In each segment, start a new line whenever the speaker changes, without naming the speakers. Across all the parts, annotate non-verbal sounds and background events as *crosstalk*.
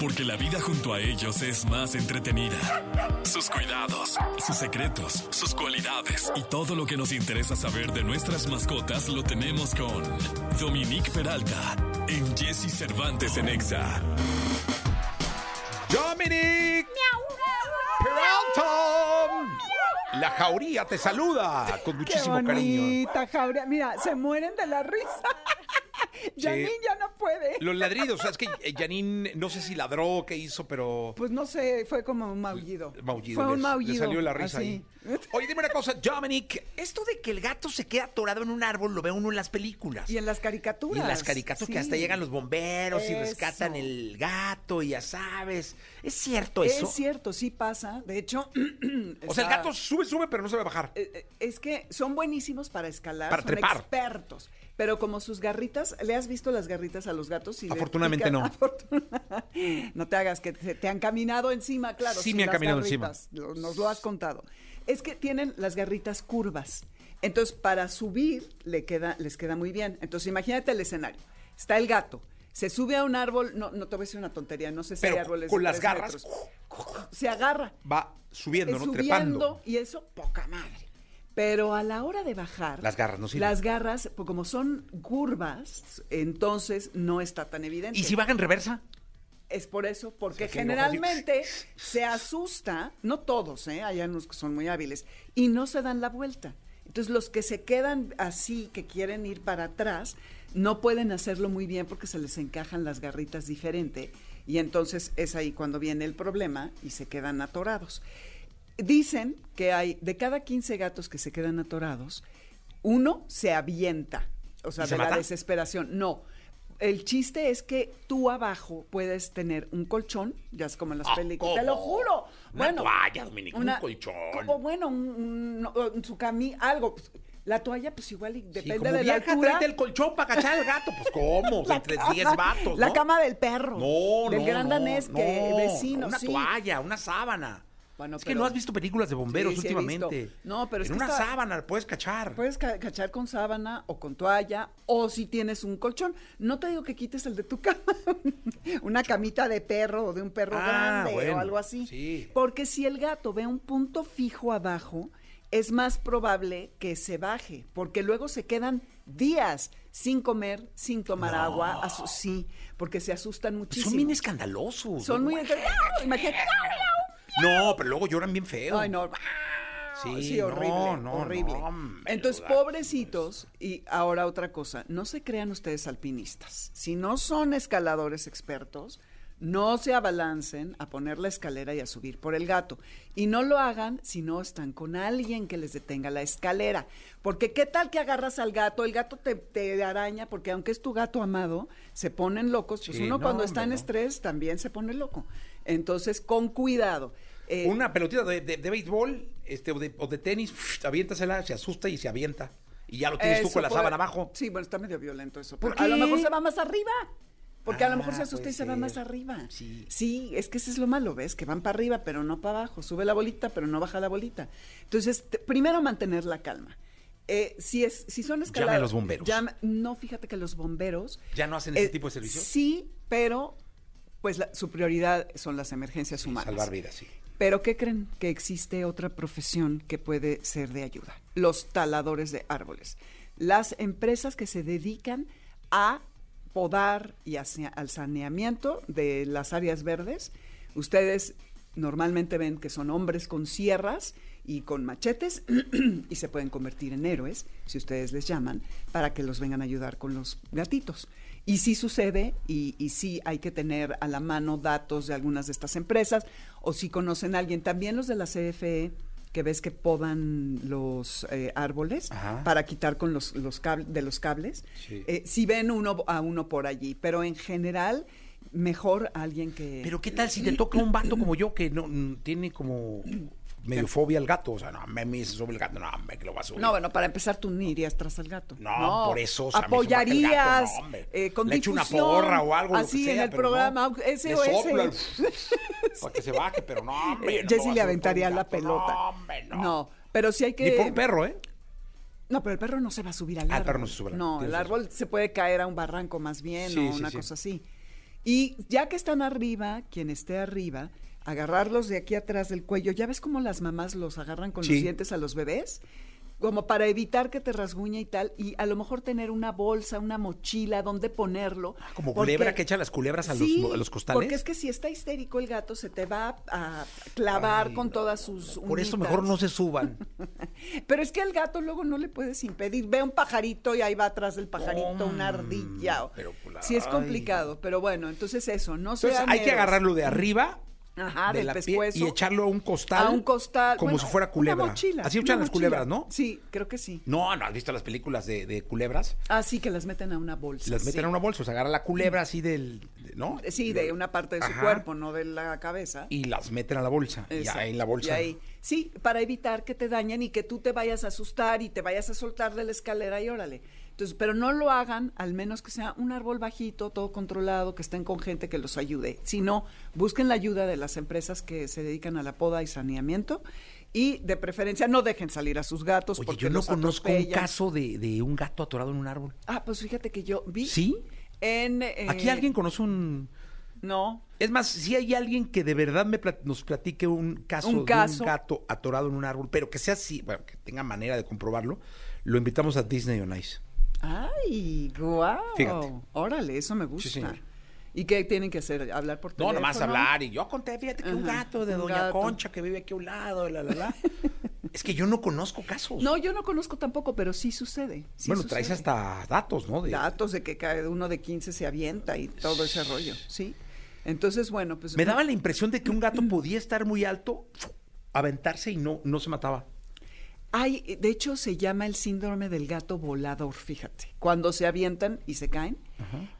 porque la vida junto a ellos es más entretenida. Sus cuidados, sus secretos, sus cualidades y todo lo que nos interesa saber de nuestras mascotas lo tenemos con Dominique Peralta en Jesse Cervantes en Exa.
Dominic Peralta. La jauría te saluda con muchísimo
Qué
cariño.
bonita, Jauria. Mira, se mueren de la risa. *laughs* Janine ya no puede.
Los ladridos, es que eh, Janine, no sé si ladró, qué hizo, pero
Pues no sé, fue como un maullido.
maullido.
Fue
le-
un maullido.
Le salió la risa
así.
ahí. Oye, dime una cosa, Dominic,
Esto de que el gato se queda atorado en un árbol lo ve uno en las películas.
*laughs* Y en las caricaturas.
Y en las caricaturas que hasta
sí.
llegan los bomberos y
Eso.
rescatan el gato y ya sabes. ¿Es cierto eso?
Es cierto, sí pasa. De hecho, *clears throat*
o sea, el
está-
gato sube, sube, pero no se va a bajar.
Eh, eh, Es que son buenísimos para escalar,
Para
son
trepar.
expertos. Pero como sus garritas, ¿le has visto las garritas a los gatos? Si le
Afortunadamente
pican-
no.
*laughs* Afortuna- No te hagas que te, te han caminado encima, claro.
Sí
sin
me han
las
caminado
garritas, lo- nos lo has contado. Es que tienen las garritas curvas. Entonces, para subir le queda, les queda muy bien. Entonces, imagínate el escenario. Está el gato. Se sube a un árbol, no, no te voy a decir una tontería, no sé si hay
Pero
árboles. de
con las
tres
garras
metros. Se agarra
va subiendo,
es
¿no? Trepando.
eh, y eso poca madre. Pero a la hora de bajar,
Las garras no sirven.
Las garras, pues, como son curvas, entonces no está tan evidente.
¿Y si baja en reversa?
Es por eso, porque
Sí, sí, no, así.
generalmente se asusta, no todos, ¿eh? hay unos que son muy hábiles, y no se dan la vuelta. Entonces los que se quedan así, que quieren ir para atrás, no pueden hacerlo muy bien porque se les encajan las garritas diferente. Y entonces es ahí cuando viene el problema y se quedan atorados. Dicen que hay de cada 15 gatos que se quedan atorados, uno se avienta, o sea,
¿Y se
de la
mata?
desesperación. No. El chiste es que tú abajo puedes tener un colchón, ya es como en las
Ah,
películas.
¿cómo?
Te lo juro.
Una
bueno,
toalla, Dominique, un colchón.
O bueno, un, un- no, o en su camino, algo. pues, la toalla, pues igual y
Sí,
depende
como
de la
vieja,
altura.
tráete el colchón para cachar al gato. Pues, ¿cómo?
*laughs* La
Entre
cama-
10 vatos,
La
¿no?
cama del perro.
No,
Del
no,
gran
no,
danés que
no,
vecino,
Una
sí.
toalla, una sábana.
Bueno,
es que
pero-
no has visto películas de bomberos
Sí, sí he
últimamente.
visto. No, pero es
en
que
una
está- Pues,
sábana puedes cachar.
Puedes ca- cachar con sábana o con toalla o si tienes un colchón. No te digo que quites el de tu *laughs* cama, una camita de perro o de un perro
Ah,
grande o
bueno,
algo así.
sí.
Porque si el gato ve un punto fijo abajo, es más probable que se baje, porque luego se quedan días sin comer, sin tomar agua, asu- sí, porque se asustan
Pues
muchísimo.
son bien escandalosos.
Son
¿no?
muy... Imagínate.
No, pero luego lloran bien feo.
Ay, no. Sí,
Sí,
horrible,
no, no,
horrible.
no, hombre, pues.
Entonces,
los gatos,
pobrecitos, y ahora otra cosa, no se crean ustedes alpinistas. Si no son escaladores expertos, no se abalancen a poner la escalera y a subir por el gato. Y no lo hagan si no están con alguien que les detenga la escalera. Porque qué tal que agarras al gato, el gato te, te araña, porque aunque es tu gato amado, se ponen locos. Pues
Sí,
uno
no,
cuando está en
hombre, no.
estrés también se pone loco. Entonces, con cuidado. Eh,
Una pelotita de, de- de béisbol este, o, de, o de tenis, ¡fush! aviéntasela, se asusta y se avienta. Y ya lo tienes tú
Eso
con la
puede-
sábana abajo.
Sí, bueno, está medio violento eso.
¿Por
pero A lo
qué?
mejor se va más arriba. Porque a lo
Ah,
mejor se asusta y
puede
se va
ser.
más arriba.
Sí.
es que eso es lo malo, ¿ves? Que van para arriba, pero no para abajo. Sube la bolita, pero no baja la bolita. Entonces, te- primero mantener la calma. Eh, si, es, si son escaladas...
a los bomberos.
llama- no, fíjate que los bomberos...
¿Ya no hacen ese
Eh,
tipo de servicio?
Sí, pero pues la- su prioridad son las emergencias humanas.
Salvar vidas, sí.
Pero ¿qué creen? Que existe otra profesión que puede ser de ayuda. Los taladores de árboles. Las empresas que se dedican a podar y a sa- al saneamiento de las áreas verdes. Ustedes normalmente ven que son hombres con sierras y con machetes *clears throat* y se pueden convertir en héroes, si ustedes les llaman, para que los vengan a ayudar con los gatitos. Y sí sucede, y, y sí hay que tener a la mano datos de algunas de estas empresas, o si conocen a alguien, también los de la CFE, que ves que podan los eh, árboles
Ajá.
para quitar con los, los cab- de los cables.
Sí.
Eh, si ven uno a uno por allí, pero en general, mejor alguien que...
Pero qué tal si te toca un vato como yo que no mm, tiene como
Medio fobia al gato, o sea, no, me, me se sube el gato, no, me que lo va a subir.
No, bueno, para empezar tú ni irías tras el gato.
No, por eso, o sea, me hizo bajar el gato,
apoyarías
no, hombre.
eh, con
Le echo una
difusión,
porra o algo, lo que
así en
sea,
el
pero
programa
no.
SOS.
Le soplo
*laughs*
al- Para que se baje, pero no, hombre. no me va a subir
Eh, Jessy le
todo el
aventaría la
gato,
pelota.
No, hombre, no.
No, pero sí hay que
Ni por un perro, ¿eh?
No, pero el perro no se va a subir al árbol.
Ah, el perro no se sube al árbol,
No,
tienes
el
razón.
árbol se puede caer a un barranco más bien
Sí,
o
sí,
una
sí.
cosa así. Y ya que están arriba, quien esté arriba, agarrarlos de aquí atrás del cuello. ¿Ya ves cómo las mamás los agarran con
Sí.
los dientes a los bebés? Como para evitar que te rasguñe y tal. Y a lo mejor tener una bolsa, una mochila, donde ponerlo.
Ah, Como
porque-
culebra que echa las culebras a los-
Sí,
a los, costales.
Porque es que si está histérico el gato, se te va a clavar
Ay,
con
no,
todas sus.
Por eso
uñitas.
mejor no se
*laughs*
suban.
Pero es que al gato luego no le puedes impedir. Ve un pajarito y ahí va atrás del pajarito una ardilla. o-
pero, pues,
sí, es
ay.
complicado. Pero bueno, entonces eso, no se
Entonces hay que agarrarlo de arriba. de
Ajá, Ah, del
la pie-
pescuezo.
y echarlo a un costal.
a un costal.
Como
bueno,
si fuera
una
culebra.
mochila,
Así
una
echan las
mochila.
culebras, ¿no?
Sí, creo que sí.
No, no, ¿has visto las películas de, de culebras?
Así que las meten a una bolsa.
Las meten
sí. Mm.
en una bolsa, se agarra la culebra así del, de- ¿no?
Sí, de una parte de su
Ajá.
cuerpo, no de la cabeza.
Y las meten a la bolsa.
Exacto.
Y ahí en la bolsa.
Y ahí- pues, sí, para evitar que te dañen y que tú te vayas a asustar y te vayas a soltar de la escalera y órale. Entonces, pero no lo hagan, al menos que sea un árbol bajito, todo controlado, que estén con gente que los ayude. Si no, busquen la ayuda de las empresas que se dedican a la poda y saneamiento y de preferencia no dejen salir a sus gatos
Oye,
porque
yo no
los
conozco un
atropellan.
caso de, de un gato atorado en un árbol.
Ah, pues fíjate que yo vi
¿Sí?
en eh,
Aquí alguien conoce un...
no,
Es más, si hay alguien que de verdad me plat- nos platique un caso,
Un
de
caso.
un gato atorado en un árbol, pero que sea así, bueno, que tenga manera de comprobarlo, lo invitamos a Disney on Ice.
Ay, guau.
Fíjate.
Órale, eso me gusta.
señor.
¿Y qué tienen que hacer? ¿Hablar por
No,
teléfono?
nomás hablar. Y yo conté, fíjate que un
Ajá,
gato de
un
Doña
gato.
Concha que vive aquí a un lado, la, la,
*laughs*
la. es que yo no conozco casos.
No, yo no conozco tampoco, pero sí sucede. sí
bueno,
sucede.
traes hasta datos, ¿no? De-
datos de que cada uno de 15 se avienta y todo ese rollo, ¿sí? Entonces, bueno, pues
Me daba la impresión de que un
*clears throat*
gato podía estar muy alto, aventarse y no, no se mataba.
Hay, de hecho, se llama el síndrome del gato volador, fíjate. Cuando se avientan y se caen,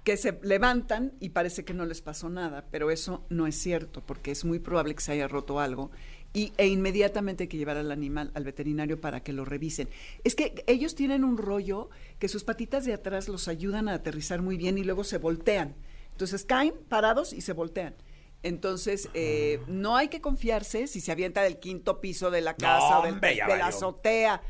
que se levantan y parece que no les pasó nada, pero eso no es cierto, porque es muy probable que se haya roto algo y, e inmediatamente hay que llevar al animal al veterinario para que lo revisen. Es que ellos tienen un rollo que sus patitas de atrás los ayudan a aterrizar muy bien y luego se voltean. Entonces caen parados y se voltean. Entonces, eh, no hay que confiarse si se avienta del quinto piso de la casa o del-
hombre, ya
de la
valió.
azotea.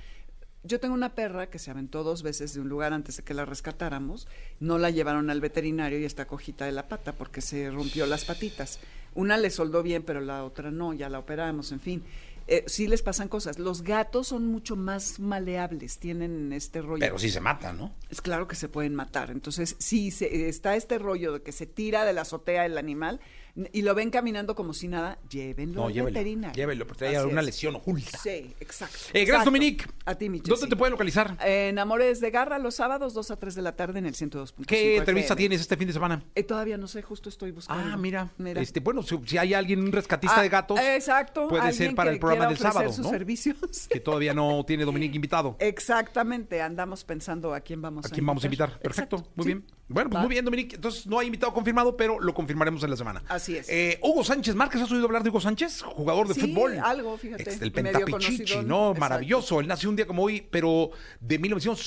Yo tengo una perra que se aventó dos veces de un lugar antes de que la rescatáramos. No la llevaron al veterinario y está cojita de la pata porque se rompió las patitas. Una le soldó bien, pero la otra no, ya la operamos, en fin. Eh, sí les pasan cosas. Los gatos son mucho más maleables, tienen este rollo.
Pero sí se mata, ¿no?
Es claro que se pueden matar. Entonces, sí, se- está este rollo de que se tira de la azotea el animal n- y lo ven caminando como si nada, llévenlo
No,
al
llévelo.
veterinario.
Llévelo, porque trae
Así
una
es.
lesión oculta.
Sí, exacto.
Eh, gracias,
exacto.
Dominique.
A ti, Michelle.
¿Dónde te pueden localizar?
En Amores de Garra, los sábados, 2 a 3 de la tarde en el 102.5.
¿Qué entrevista
tiene?
tienes este fin de semana?
Eh, todavía no sé, justo estoy buscando.
Ah, mira. Este, bueno, si, si hay alguien, un rescatista
Ah,
de gatos,
exacto,
puede
alguien
ser para
que
el programa
quiera
del sábado,
ofrecer sus
¿no?
servicios.
Que todavía no tiene Dominique invitado.
Eh, Exactamente, andamos pensando a quién vamos
¿A
a
quién vamos a invitar? Perfecto,
Exacto,
muy
sí.
bien. Bueno, pues
Va.
muy bien, Dominique. Entonces no hay invitado confirmado, pero lo confirmaremos en la semana.
Así es.
Eh, Hugo Sánchez Márquez, ¿has oído hablar de Hugo Sánchez? Jugador de
Sí,
fútbol.
algo, fíjate,
Ex- el
medio
Pentapichichi,
conocidón.
¿no?
Exacto.
Maravilloso. Él nació un día como hoy, pero de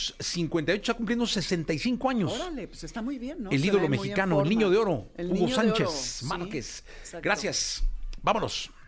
1958 está cumpliendo 65 años.
Órale, pues está muy bien, ¿no?
el
Se
ídolo
ve muy en
mexicano, el
forma.
niño de oro,
El
Hugo
niño de oro,
Sánchez
sí,
Márquez.
exacto.
Gracias. Vámonos.